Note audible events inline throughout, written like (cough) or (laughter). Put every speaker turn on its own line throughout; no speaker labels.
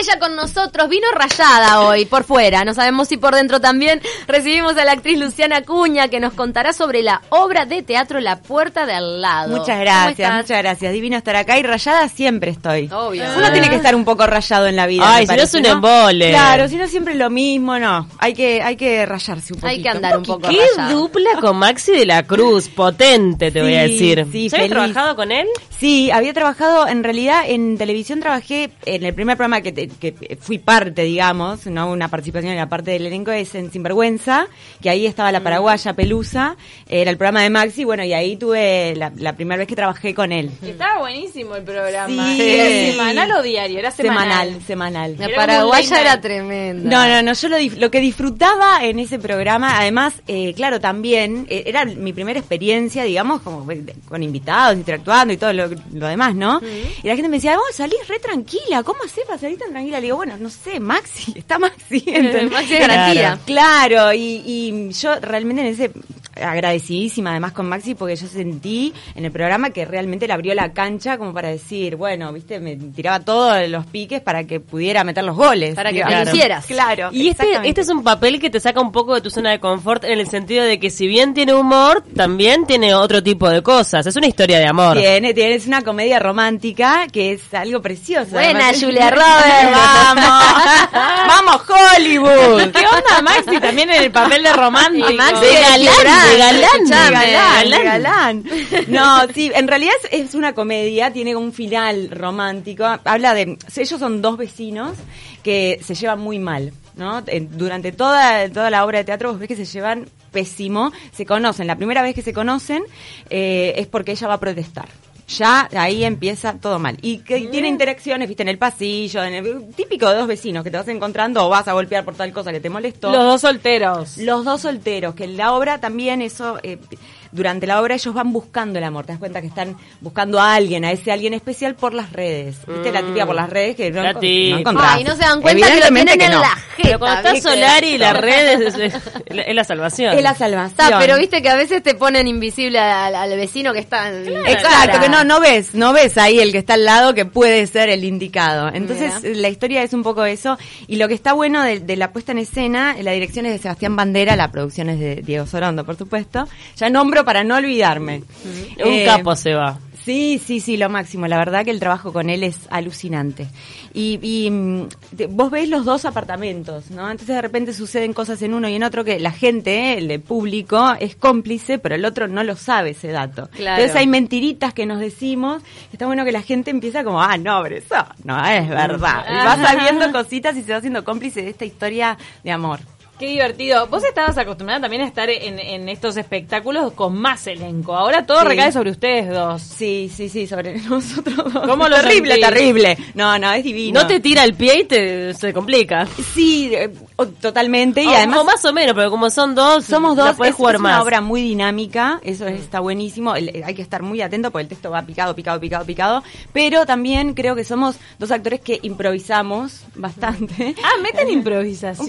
ella con nosotros. Vino rayada hoy, por fuera. No sabemos si por dentro también. Recibimos a la actriz Luciana Cuña, que nos contará sobre la obra de teatro La Puerta de Al Lado.
Muchas
¿Cómo
gracias,
estás?
muchas gracias. Divino estar acá y rayada siempre estoy.
Obvio.
Uno tiene que estar un poco rayado en la vida.
Ay,
me
si no es
parece,
un embole.
Claro, si no siempre es lo mismo, no. Hay que, hay que rayarse un poquito.
Hay que andar un poco
Qué
rayada.
dupla con Maxi de la Cruz, potente te voy a
Sí,
decir.
sí,
¿Ya habías
feliz.
trabajado con él?
Sí, había trabajado, en realidad en televisión trabajé, en el primer programa que, te- que fui parte, digamos, no una participación en la parte del elenco, es en Sinvergüenza, que ahí estaba
Mm.
la paraguaya Pelusa, era el programa de Maxi, bueno, y ahí tuve la, la primera vez que trabajé con él.
Estaba buenísimo el programa.
Sí.
¿Era semanal o diario? Era semanal.
Semanal, semanal.
La
Era un
paraguaya
late
era
night.
tremenda.
No, no, no, yo lo, dif- lo que disfrutaba en ese programa, además, eh, claro, también, eh, era mi primera experiencia, digamos, como de- de- con invitados, interactuando y todo lo, lo demás, ¿no? Y la gente me decía, vos salís re tranquila, ¿cómo haces para salir tan tranquila? Le digo, bueno, no sé, Maxi, (laughs) está Maxi. ¿entendés?
Maxi es garantía.
Claro, y, y yo realmente en ese agradecidísima además con Maxi porque yo sentí en el programa que realmente le abrió la cancha como para decir, bueno, viste, me tiraba todos los piques para que pudiera meter los goles.
Para que te
digamos.
lo hicieras.
Claro.
Y este,
exactamente.
este es un papel que te saca un poco de tu zona de confort en el sentido de que si bien tiene humor, también tiene otro tipo de cosas. Es una historia de amor. (laughs)
Tiene, tiene, es una comedia romántica que es algo precioso.
Buena,
además.
Julia Roberts.
¡Vamos! (laughs) ¡Vamos, Hollywood!
¿Qué onda, Maxi? También en el papel de romántico.
Y Maxi
de
de
galán,
quebrar,
de galán,
escuchame,
de Ah, galán,
galán, galán. No, sí, en realidad es, es una comedia, tiene un final romántico. Habla de. Ellos son dos vecinos que se llevan muy mal, ¿no? En- Durante toda, toda la obra de teatro vos ves que se llevan pésimo, se conocen. La primera vez que se conocen eh, es porque ella va a protestar. Ya ahí empieza todo mal. Y que tiene interacciones, viste, en el pasillo, en el, típico de dos vecinos que te vas encontrando o vas a golpear por tal cosa que te molestó.
Los dos solteros.
Los dos solteros, que en la obra también eso, eh, durante la obra ellos van buscando el amor, te das cuenta que están buscando a alguien, a ese alguien especial por las redes. ¿Viste la típica por las redes que no,
La
encon-
típica.
no encontrás?
Ay, no se dan cuenta que lo
Evidentemente
tienen
que
en
no.
la jeta.
Pero cuando está
¿viste?
Solari y las redes, es, es- es la salvación.
Es la salvación.
Está, Ah, pero viste que a veces te ponen invisible al, al vecino que está en la
Exacto,
cara.
que no, no ves, no ves ahí el que está al lado que puede ser el indicado. Entonces
Mira.
la historia es un poco eso. Y lo que está bueno de, de la puesta en escena, eh, la dirección es de Sebastián Bandera, la producción es de Diego Sorondo, por supuesto. Ya nombro para no olvidarme.
Un
Eh,
capo se va.
Sí, sí, sí, lo máximo. La verdad que el trabajo con él es alucinante. Y, y, mm, te- vos ves los dos apartamentos, ¿no? Entonces de repente suceden cosas en uno y en otro que la gente, eh, el público, es cómplice, pero el otro no lo sabe ese dato.
Claro.
Entonces hay mentiritas que nos decimos. Está bueno que la gente empieza como, ah, no, pero eso no es verdad. Y vas (laughs) sabiendo cositas y se va haciendo cómplice de esta historia de amor.
Qué divertido. Vos estabas acostumbrada también a estar en, en estos espectáculos con más elenco. Ahora todo
Sí.
recae sobre ustedes dos.
Sí, sí, sí, sobre nosotros dos.
¿Cómo lo
terrible,
sentís?
terrible. No, no, es divino.
No te tira el pie y te, se complica.
Sí, eh, o- totalmente. Y
O-
además
o más o menos, pero como son dos,
somos dos.
Ah, la podés
es,
jugar
es
más.
una obra muy dinámica. Eso está buenísimo. el- hay que estar muy atento porque el texto va picado, picado, picado, picado. Pero también creo que somos dos actores que improvisamos
(laughs)
bastante.
Ah, meten improvisación.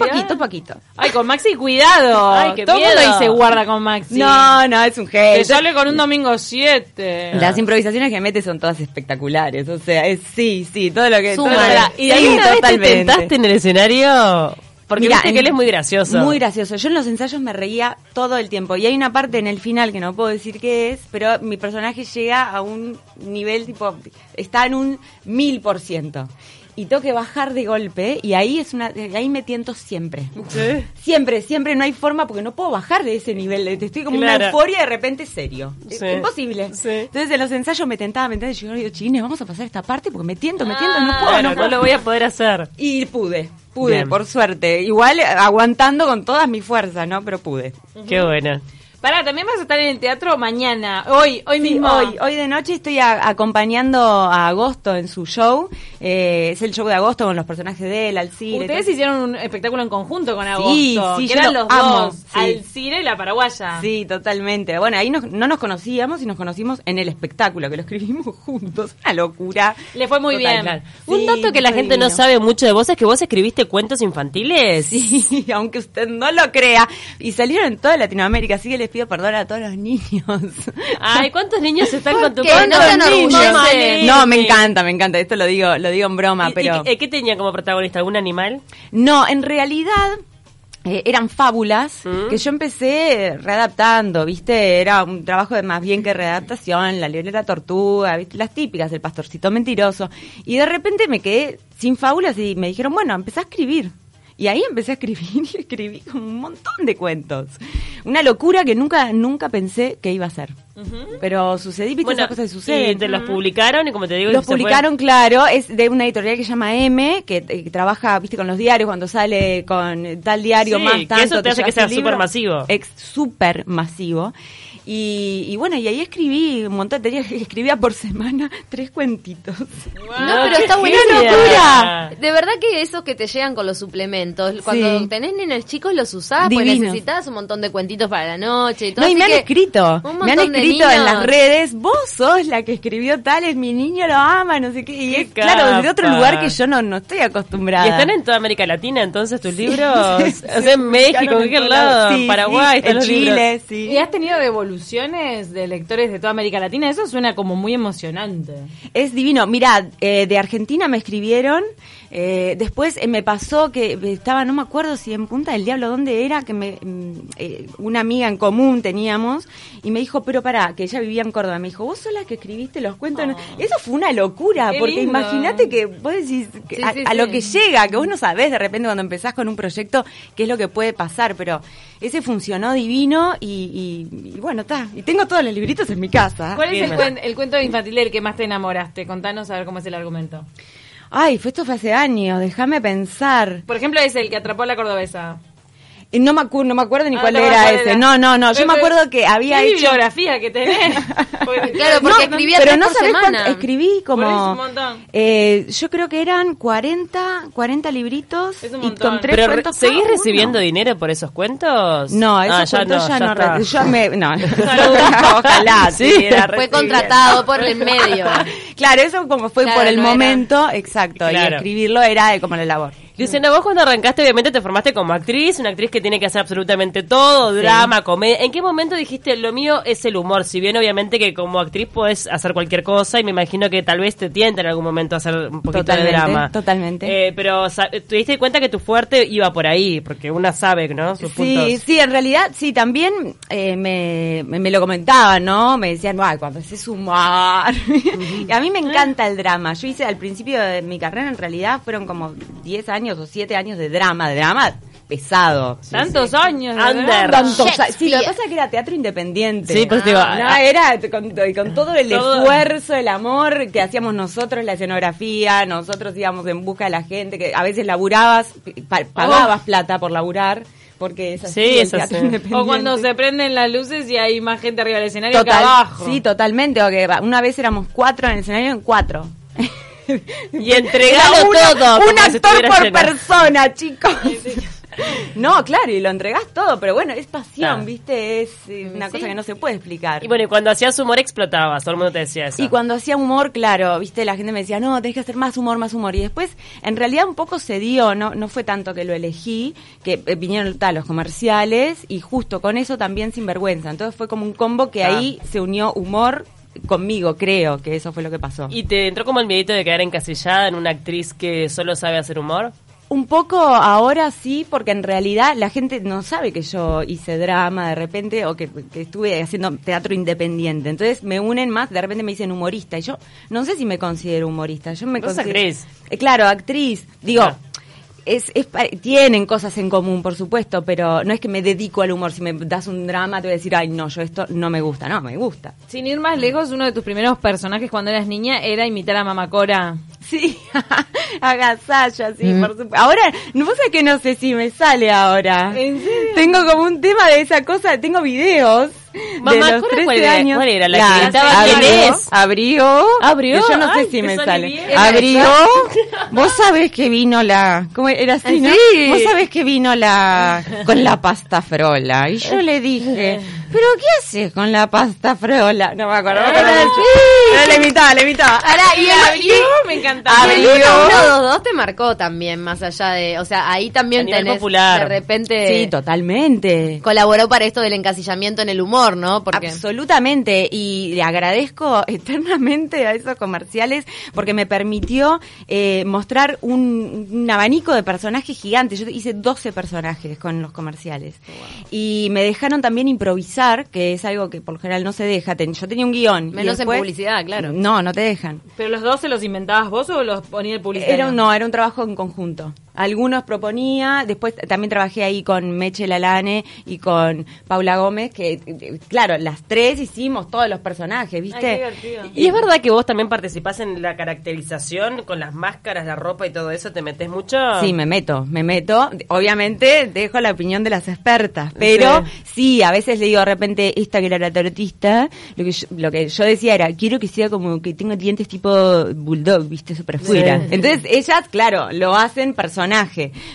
(laughs) un poquito, un poquito.
Ay, con Maxi, cuidado.
Ay, qué
Todo el mundo
miedo.
dice guarda con Maxi.
No, no, es un
Que
gel.
sale con un domingo 7.
Las improvisaciones que mete son todas espectaculares. O sea, es, sí, sí, todo lo que. todo
Suman.
lo
Pará,
que-
¿Y
sí,
alguna vez te
totalmente.
tentaste en el escenario? Porque
Mirá,
viste que
en-
él es muy gracioso.
Muy gracioso. Yo en los ensayos me reía todo el tiempo. Y hay una parte en el final que no puedo decir qué es, pero mi personaje llega a un nivel tipo. Está en un mil por ciento. Y tengo que bajar de golpe. Y ahí es una. Ahí me tiento siempre. Siempre, siempre no hay forma porque no puedo bajar de ese nivel. de- Estoy como una
Claro.
euforia y de repente serio. Es
Sí.
imposible.
Sí.
Entonces en los ensayos me tentaba, me tentaba. Y yo digo, chines, vamos a pasar esta parte porque me tiento, me tiento, no puedo,
Ah, Claro,
no
no
puedo.
pues lo voy a poder hacer.
Y pude, pude,
Bien.
por suerte. Igual eh, aguantando con todas mis fuerzas, ¿no? Pero pude.
Qué bueno.
Pará, también vas a estar en el teatro mañana. Hoy, hoy
Sí,
mismo.
hoy, hoy de noche estoy a- acompañando a Agosto en su show. Eh, es el show de Agosto con los personajes de él, Alcide.
Ustedes hicieron un espectáculo en conjunto con Agosto,
Sí, sí,
que
yo
eran
lo
los
amo,
dos,
sí.
Alcira y la paraguaya.
Sí, totalmente. Bueno, ahí nos- no nos conocíamos y nos conocimos en el espectáculo, que lo escribimos (laughs) juntos. Una locura.
Le fue muy
Total,
bien.
claro.
Un
Sí,
dato que la
fue
gente no
divino. (laughs)
sabe mucho de vos es que vos escribiste cuentos infantiles.
Sí, aunque usted no lo crea. Y salieron en toda Latinoamérica, así que les les pido perdón a todos los niños.
Ay, ¿cuántos niños están con tu
¿Qué? No te
¿Cuántos niños?
enorgullece.
no, me encanta, me encanta. Esto lo digo, lo digo en broma,
¿Y- eh, y
pero.
qué- ¿Qué tenía como protagonista? ¿Algún animal?
No, en realidad eh, eran fábulas
¿Mm?
que yo empecé readaptando, ¿viste? Era un trabajo de más bien que readaptación, la Leonela Tortuga, ¿viste? Las típicas, el pastorcito mentiroso. Y de repente me quedé sin fábulas y me dijeron, bueno, empecé a escribir. Y ahí empecé a escribir (laughs) y escribí como un montón de cuentos. Una locura que nunca, nunca pensé que iba a ser. Pero sucedí, viste, esas cosas que
y
suceden.
te los publicaron y como te digo...
Los
se fue-
publicaron, claro, es de una editorial que se llama M, que, eh, que trabaja, viste, con los diarios, cuando sale con eh, tal diario
Sí,
más
que
tanto.
eso te hace que
llevas
sea
el libro.
supermasivo.
Ex, súper masivo. Y, y bueno, y ahí escribí un montón, tenía, escribía por semana (laughs) tres cuentitos.
No,
Ah,
pero
qué
está buenísimo.
genia.
locura!
De verdad que esos que te llegan con los suplementos, cuando
Sí.
tenés nenes chicos los usás, porque
Divino.
necesitas un montón de cuentitos para la noche y todo.
No, y
así
me han
que
escrito,
un
me han
montón de
escrito en las
niños.
redes, vos sos la que escribió tales, mi niño lo ama, no sé qué, y
¡Qué
es claro, desde otro
capa!
lugar que yo no, no estoy acostumbrada.
¿Y están en toda América Latina entonces tus
Sí,
libros?
(laughs) sí, sí.
o sea, en México, en cualquier lado,
Sí,
en Paraguay,
sí,
están
en
los libros.
Chile, sí.
¿Y has tenido devoluciones de lectores de toda América Latina? Eso suena como muy emocionante.
Es divino. Mirá, eh, de Argentina me escribieron. eh, después eh, me pasó que estaba, no me acuerdo si en Punta del Diablo, dónde era, que me, mm, eh, una amiga en común teníamos. Y me dijo, pero pará, que ella vivía en Córdoba. Me dijo, vos sos la que escribiste los cuentos.
Ah.
Eso fue una locura,
Qué
porque
lindo.
imagínate que vos decís, que
Sí,
a,
sí,
a lo
sí.
que llega, que vos no sabés de repente cuando empezás con un proyecto qué es lo que puede pasar. Pero ese funcionó divino y, y- y bueno, está. Y tengo todos los libritos en mi casa.
¿Cuál es el,
bien.
cuen- el cuento infantil del que más te enamoraste? Contanos a ver cómo es el argumento.
Ay, fue esto fue hace años, déjame pensar.
Por ejemplo, es el que atrapó a la cordobesa.
Eh, No me, acu- no me acuerdo ni
Ah,
cuál
no me
era
acuerdo
ese.
la-
No, no, no. Yo
Pero-
me acuerdo que había
¿Qué
hecho.
bibliografía
(laughs)
que tenés? Porque-
Claro, porque escribía
pero
tres
no
por
sabés
semana.
cuánto. Escribí como.
Por eso un montón.
eh, yo creo que eran 40, 40 libritos.
Es un
y
montón.
con tres
¿Pero re-
cuentos
seguís
cada uno.
recibiendo dinero por esos cuentos?
No, esos
Ah,
cuentos ya, no.
está.
re- Yo me.
(laughs)
No, (laughs) ojalá.
Sí.
siguiera
Fue
recibiendo.
contratado por el
(laughs)
medio.
Claro, eso como fue
Claro,
por el
no era.
momento, exacto.
Claro.
Y escribirlo era eh, como la labor.
Luciana, vos cuando arrancaste obviamente te formaste como actriz, una actriz que tiene que hacer absolutamente todo, drama, comedia. ¿En qué momento dijiste lo mío es el humor? Si bien obviamente que como actriz puedes hacer cualquier cosa y me imagino que tal vez te tienta en algún momento a hacer un poquito de
Totalmente,
drama.
totalmente.
Eh, pero sa- te diste cuenta que tu fuerte iba por ahí, porque una sabe, ¿no? Sus
Sí,
puntos.
sí, en realidad sí, también eh, me, me, me lo comentaban, ¿no? Me decían, "Ay, cuando haces humor. (laughs) y a mí me encanta el drama. Yo hice al principio de mi carrera, en realidad fueron como 10 años o 7 años de drama, de drama pesado.
Tantos años. de
Under.
verdad.
Tantos a-
Shakespeare.
sí, lo que pasa es que era teatro independiente.
Sí, pues te digo,
No,
ah,
era con, con todo el
Todo.
esfuerzo, el amor que hacíamos nosotros, la escenografía, nosotros íbamos en busca de la gente, que a veces laburabas, pa- pagabas plata por laburar, porque es así
Oh. Sí,
el
eso
teatro
sí.
independiente.
O cuando se prenden las luces y hay más gente arriba del escenario
Total,
que abajo.
Sí, totalmente. o que va- una vez éramos cuatro en el escenario, en cuatro. (laughs)
Y entregado
Era una-
todo. como
Un
si
actor
estuviera
por
lleno.
persona, chicos. (laughs) No, claro, y lo entregás todo, pero bueno, es pasión,
Claro.
¿viste? Es eh, una cosa que no se puede explicar.
Y bueno, y cuando hacías humor explotabas, todo el mundo te decía eso.
Y cuando hacía humor, claro, viste, la gente me decía, no, tenés que hacer más humor, más humor. Y después, en realidad, un poco se dio, no, no fue tanto que lo elegí, que eh, vinieron ta, los comerciales y justo con eso también sin vergüenza. Entonces fue como un combo que
Ah.
ahí se unió humor conmigo, creo que eso fue lo que pasó.
¿Y te entró como el miedito de quedar encasillada en una actriz que solo sabe hacer humor?
Un poco ahora sí, porque en realidad la gente no sabe que yo hice drama de repente o que, que estuve haciendo teatro independiente. Entonces me unen más, de repente me dicen humorista. Y yo no sé si me considero humorista. Yo me
Vos
considero.
actriz.
Eh, claro, actriz. Digo.
Claro.
Es, es pa- tienen cosas en común, por supuesto, pero no es que me dedico al humor. Si me das un drama, te voy a decir, ay, no, yo esto no me gusta. No, me gusta.
Sin ir más lejos, uno de tus primeros personajes cuando eras niña era imitar a Mamá Cora.
Sí, (laughs) agasallo, así,
Mm.
por supuesto. Ahora, no pasa que no sé si me sale ahora.
¿En serio?
Tengo como un tema de esa cosa, tengo videos
Mamá,
de los
¿cuál
13
era-
años.
cuál era la que gritaba,
abrigo,
"¿Quién es?"
Abrigo.
Abrigo,
que Yo no
ay,
sé si
te
me
sale
sale.
bien.
Abrigo.
(laughs)
Vos sabés que vino la... ¿Cómo era
Ah,
así, no? Vos sabés que vino la... con la pasta frola. Y yo le dije, ¿Pero qué haces con la pasta freola? No me acuerdo. no me
Ah,
acuerdo
Era el
mucho. Pero le imitaba, le imitaba.
Ahora, y el, y-
me encanta.
y el
Abrió.
1-1-2-2 te marcó también, más allá de. O sea, ahí
A
también
nivel
tenés.
popular.
De repente.
Sí, totalmente.
colaboró para esto del encasillamiento en el humor, ¿no? Porque.
Absolutamente, y le agradezco (laughs) eternamente a esos comerciales porque me permitió eh, mostrar un, un abanico de personajes gigantes. Yo hice 12 personajes con los comerciales.
Oh,
Y me dejaron también improvisar, que es algo que por lo general no se deja. Ten- yo tenía un guión. y
Menos en
después-
publicidad, claro.
No, no te dejan.
¿Pero los dos se los inventabas vos o los ponía el publicitario?
Era un, no, era un trabajo en conjunto. Algunos proponía, después también trabajé ahí con Meche Lalane y con Paula Gómez, que eh, claro, las tres hicimos todos los personajes, ¿viste?
Ay, qué divertido.
Y es verdad que vos también participás en la caracterización con las máscaras, la ropa y todo eso, te metes mucho.
Sí, me meto, me meto. Obviamente dejo la opinión de las expertas, pero sí, a veces le digo de repente, esta que era la tarotista, lo que, yo, lo que yo decía era, quiero que sea como que tengo dientes tipo bulldog, viste, súper afuera. Entonces ellas, claro, lo hacen personaje,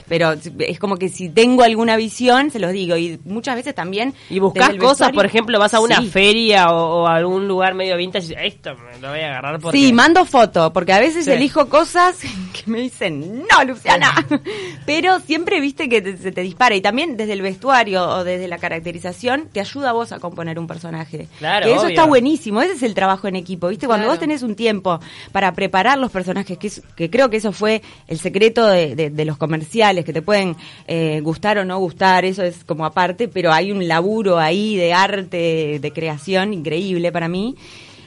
pero es como que si tengo alguna visión, se los digo, y muchas veces también...
Y buscas
desde el
cosas,
vestuario-
por ejemplo, vas a una
Sí.
feria o, o a algún lugar medio vintage y dices, esto me lo voy a agarrar porque...
Sí, mando foto, porque a veces
Sí.
elijo cosas que me dicen, no, Luciana. Pero siempre viste que te- se te dispara. Y también desde el vestuario o desde la caracterización, te ayuda a vos a componer un personaje.
Claro,
Que eso
obvio.
está buenísimo. Ese es el trabajo en equipo, ¿viste? Cuando vos tenés un tiempo para preparar los personajes, que, es- que creo que eso fue el secreto de, de- de los comerciales, que te pueden eh, gustar o no gustar, eso es como aparte, pero hay un laburo ahí de arte, de creación increíble para mí,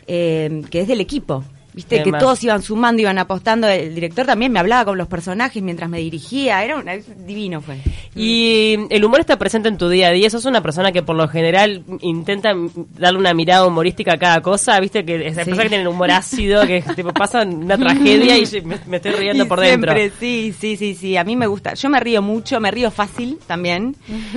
eh, que es del equipo. Viste,
Bien,
que
más.
todos iban sumando, iban apostando. El director también me hablaba con los personajes mientras me dirigía. Era una, divino fue.
Y el humor está presente en tu día a día. Sos una persona que por lo general intenta darle una mirada humorística a cada cosa. Viste que es la
Sí.
persona que tiene el humor ácido, que tipo, pasa una tragedia y yo me, me estoy
(laughs)
riendo
Y
por
siempre,
dentro.
Sí, sí, sí, sí. A mí me gusta. Yo me río mucho, me río fácil también.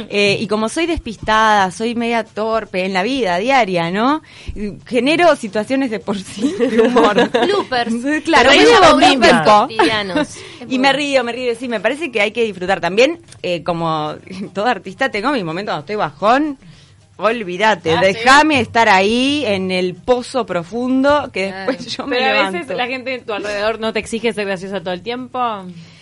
Eh, y como soy despistada, soy media torpe en la vida diaria, ¿no? Y Genero situaciones de por sí de humor.
Bloopers.
Sí, (laughs) Claro,
Te
me
reís de
llamo
vos misma.
bloopers.
Cotidianos. Es muy
(laughs) Y me
bueno.
río, me río, sí, me parece que hay que disfrutar. También, eh, como (laughs) todo artista, tengo mis momentos cuando estoy bajón. Olvídate,
Ah, sí.
déjame estar ahí en el pozo profundo que después (laughs) yo me
Pero a
levanto.
veces la gente en tu alrededor no te exige ser graciosa todo el tiempo.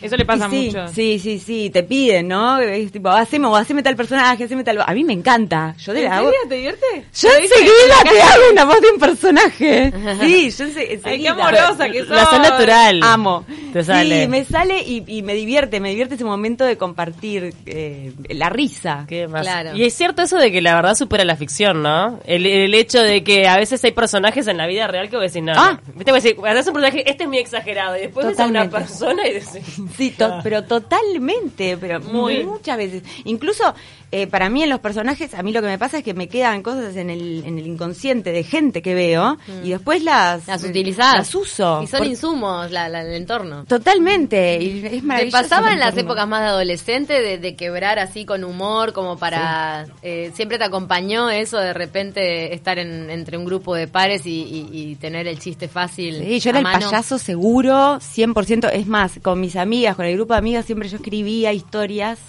Eso le pasa
Y sí,
mucho.
Sí, sí, sí, te piden, ¿no? Es tipo, haceme, o haceme tal personaje, haceme tal. A mí me encanta. Yo te
¿En
la hago.
serio? ¿Te divierte?
Yo
¿Lo dices?
enseguida te hago una voz de un
(laughs)
personaje. Sí, yo ense- enseguida.
Ay, qué amorosa que sos.
La sal natural.
Amo.
Te sale.
Sí, me sale y, y me divierte, me divierte ese momento de compartir eh, la risa.
¿Qué más?
Claro.
Y es cierto eso de que la verdad supera la ficción, ¿no? El, el hecho de que a veces hay personajes en la vida real que vos decís, no, no.
Ah.
Viste, vos decís, haces un personaje, este es muy exagerado. Y después ves a una
Totalmente.
persona y decís...
Sí, to- pero totalmente, pero
Muy.
muchas veces. Incluso eh, para mí en los personajes, a mí lo que me pasa es que me quedan cosas en el, en el inconsciente de gente que veo y después las,
Mm. Las utilizás.
Las uso.
Y son
Por-
insumos, la, la- el entorno.
totalmente. Y es
¿Te
maravilloso.
pasaba en las
entorno.
épocas más de adolescente de, de quebrar así con humor, como para... eh, ¿Siempre te acompañó eso de repente estar en- entre un grupo de pares y, y- y tener el chiste fácil
Sí, yo
a
era el
mano? (laughs)
payaso seguro, 100%. Es más, con mis amigas, con el grupo de amigas, siempre yo escribía historias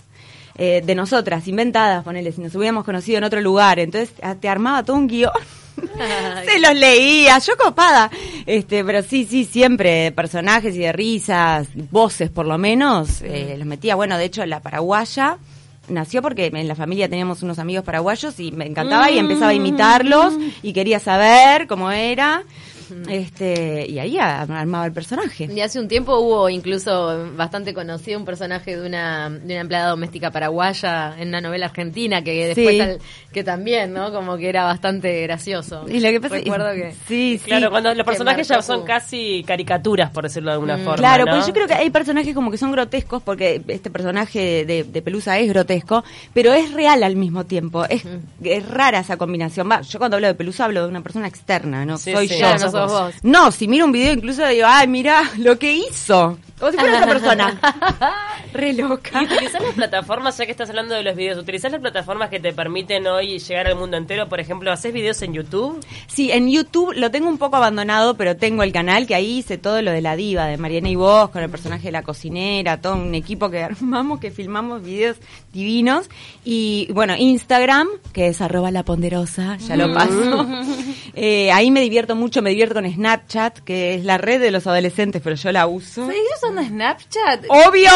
eh, de nosotras, inventadas, ponele, si nos hubiéramos conocido en otro lugar. Entonces a- te armaba todo un guión.
Ay.
Se los leía, yo copada. Este, pero sí, sí, siempre, de personajes y de risas, voces por lo menos, eh, los metía. Bueno, de hecho, la paraguaya nació porque en la familia teníamos unos amigos paraguayos y me encantaba y
Mm.
empezaba a imitarlos y quería saber cómo era. Este, y ahí a- armaba el personaje.
Y hace un tiempo hubo incluso bastante conocido un personaje de una, de una empleada doméstica paraguaya en una novela argentina que después
Sí.
al- que también, ¿no? Como que era bastante gracioso.
Y lo que pasa
Recuerdo
(laughs)
que
Sí, sí.
Claro, cuando los
que
personajes ya
marcó
son
su-
casi caricaturas, por decirlo de alguna forma.
Mm. Claro,
¿no?
porque yo creo que hay personajes como que son grotescos, porque este personaje de, de Pelusa es grotesco, pero es real al mismo tiempo. Es, es rara esa combinación. Va, yo cuando hablo de Pelusa hablo de una persona externa, no
Sí,
soy
sí.
yo.
Claro, no sos vos.
No, si miro un video incluso digo, ay, mira lo que hizo. Como si fuera otra persona. re loca.
Y utilizás las plataformas, ya que estás hablando de los videos, utilizás las plataformas que te permiten hoy llegar al mundo entero. Por ejemplo, ¿haces videos en YouTube?
Sí, en YouTube lo tengo un poco abandonado, pero tengo el canal que ahí hice todo lo de la diva, de Mariana y vos, con el personaje de la cocinera, todo un equipo que (laughs) armamos, que filmamos videos divinos. Y bueno, Instagram, que es arroba la ponderosa, ya lo paso. Eh, ahí me divierto mucho, me divierto con Snapchat, que es la red de los adolescentes, pero yo la uso.
¿Seguís usando Snapchat?
¡Obvio!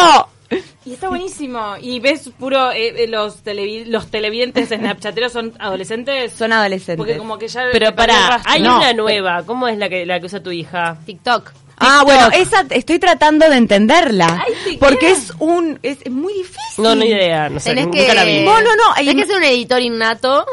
Y está buenísimo. Y ves puro, eh, eh, los, televi- los televidentes snapchateros son adolescentes.
Son adolescentes.
Porque como que ya... te
Pero
perdí el
para,
rastro.
hay
No. eh,
una nueva. ¿Cómo es la que, la que usa tu hija?
TikTok.
Ah, bueno, esa estoy tratando de entenderla.
Ay, te
porque
queda.
es un es muy difícil.
No, ni idea. No sé,
Tenés
nunca
que,
la vi.
Vos- No, no, no,
Tenés
hay-
que ser un editor
(laughs)
innato.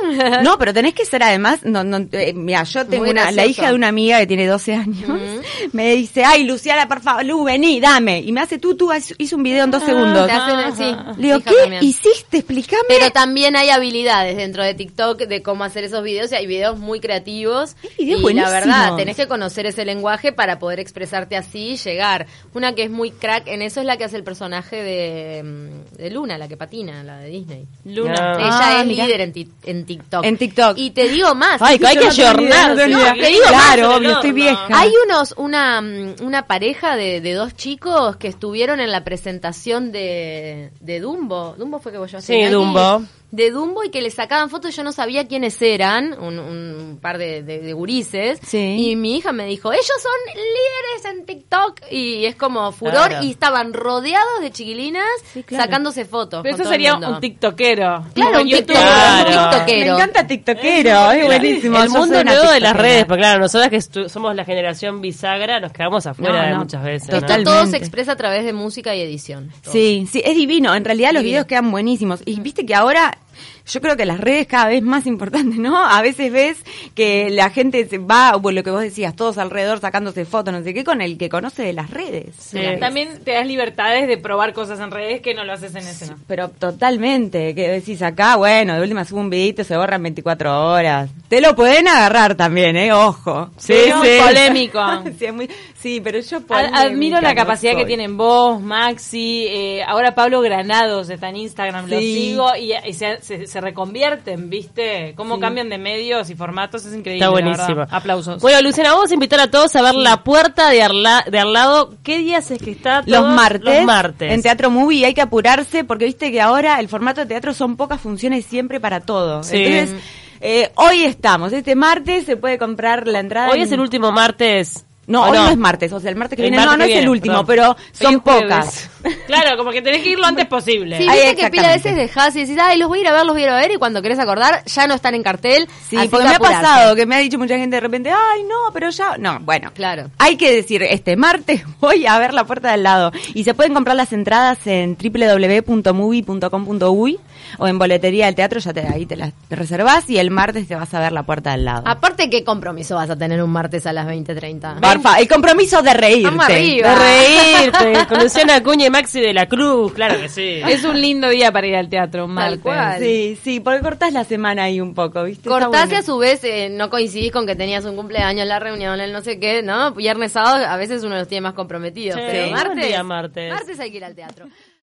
No, pero tenés que ser además, no, no, eh, mira, yo tengo
Muy
una, la
gracioso.
hija de una amiga que tiene 12 años, (laughs) me dice, ay, Luciana, por favor, Lu, vení, dame. Y me hace tú, tú, hizo un video en dos segundos.
Ah,
Ah.
Te hacen- sí,
Le digo,
hija
¿qué
también.
hiciste? Explícame.
Pero también hay habilidades dentro de TikTok de cómo hacer esos videos y hay videos muy creativos.
Hay videos
y la
buenísimos.
verdad, tenés que conocer ese lenguaje para poder expresarte así y llegar. Una que es muy crack en eso es la que hace el personaje de, mm, de Luna, la que patina, la de Disney.
No.
Luna.
Ella
Ah,
es
mirá.
líder en, ti- en TikTok.
En TikTok.
Y te digo más.
Ay, que hay que
Yo no tengo ni idea, no
ayornarse.
tengo ni
No,
idea.
te digo más,
claro,
sobre
obvio,
todo,
estoy
no.
vieja.
Hay unos, una, mm, una pareja de, de dos chicos que estuvieron en la presentación de, de Dumbo. Dumbo fue que vos llevaste
Sí,
Nati.
Dumbo.
De Dumbo y que le sacaban fotos, yo no sabía quiénes eran, un, un par de, de, de gurises.
Sí.
Y mi hija me dijo, ellos son líderes en TikTok. Y es como furor
Claro.
y estaban rodeados de chiquilinas sacándose fotos.
Pero
con
eso
todo el
sería
mundo.
un tiktokero.
Claro, un
Tipo
tiktok-
YouTube.
un
Claro.
Me
tiktokero.
encanta TikTokero, es buenísimo.
El
yo soy
mundo
una
nuevo de las
tiktokera.
redes, porque claro, nosotras que estu- somos la generación bisagra, nos quedamos afuera
No,
de
no,
muchas veces. ¿no?
total.
Todo se
Totalmente.
expresa a través de música y edición.
Sí, sí, es divino. En realidad los videos quedan buenísimos. Y viste que ahora yo creo que las redes cada vez más importantes, ¿no? A veces ves que la gente se va, bueno, lo que vos decías, todos alrededor sacándose fotos, no sé qué, con el que conoce de las redes.
Sí. También te das libertades de probar cosas en redes que no lo haces en escena.
Pero totalmente, que decís acá, bueno, de última subo un videito, se borran 24 horas. Te lo pueden agarrar también, ¿eh? Ojo.
Sí, es muy
(laughs)
polémico.
sí, es muy- sí, pero yo
Ad- Admiro la
polémica
capacidad
no
que
soy.
tienen vos, Maxi. eh, ahora Pablo Granados está en Instagram, lo
Sí.
sigo y, y se, se- se reconvierten, ¿viste? Cómo cambian de medios y formatos, es increíble.
Está
la
buenísimo.
verdad. Aplausos.
Bueno, Luciana, vamos a invitar a todos a ver La Puerta de, Arla- de Arlado. ¿Qué días es que está?
Los
todos?
martes,
Los martes.
en Teatro Movie hay que apurarse porque viste que ahora el formato de teatro son pocas funciones siempre para todo.
Sí.
Entonces, eh, hoy estamos, este martes se puede comprar la entrada.
Hoy
en-
es el último martes.
No,
¿o
hoy no? es martes, o sea, el martes que
El
viene.
martes
no, no
que
es el
viene,
último,
perdón.
pero son
Hoy es jueves.
pocas.
(laughs)
Claro, como que tenés que ir lo antes posible.
Sí,
Ahí,
viste que pila de veces
exactamente.
dejás y decís, ay, los voy a ir a ver, los voy a ir a ver, y cuando querés acordar, ya no están en cartel.
Sí,
así
porque
que
me ha
apurarse.
pasado que me ha dicho mucha gente de repente, ay, no, pero ya. No, bueno.
Claro.
Hay que decir, este martes (laughs) voy a ver la puerta del lado. Y se pueden comprar las entradas en www.movie.com.uy o en boletería del teatro, ya te, ahí te las reservás y el martes te vas a ver la puerta del lado.
Aparte, ¿qué compromiso vas a tener un martes a las 20.30?
Barfa, el compromiso de reírte.
Vamos arriba.
De reír.
Reírte, con Luciana Acuña y Maxi de la Cruz, claro que sí.
Es un lindo día para ir al teatro, un
Tal
martes.
cual.
Sí, sí, porque cortás la semana ahí un poco, ¿viste? Está
Cortás y
bueno.
a su vez eh, no coincidís con que tenías un cumpleaños, la reunión, el no sé qué, ¿no? Viernes, sábado, a veces uno los tiene más comprometidos.
Sí,
pero
buen
martes,
día, martes.
martes hay que ir al teatro.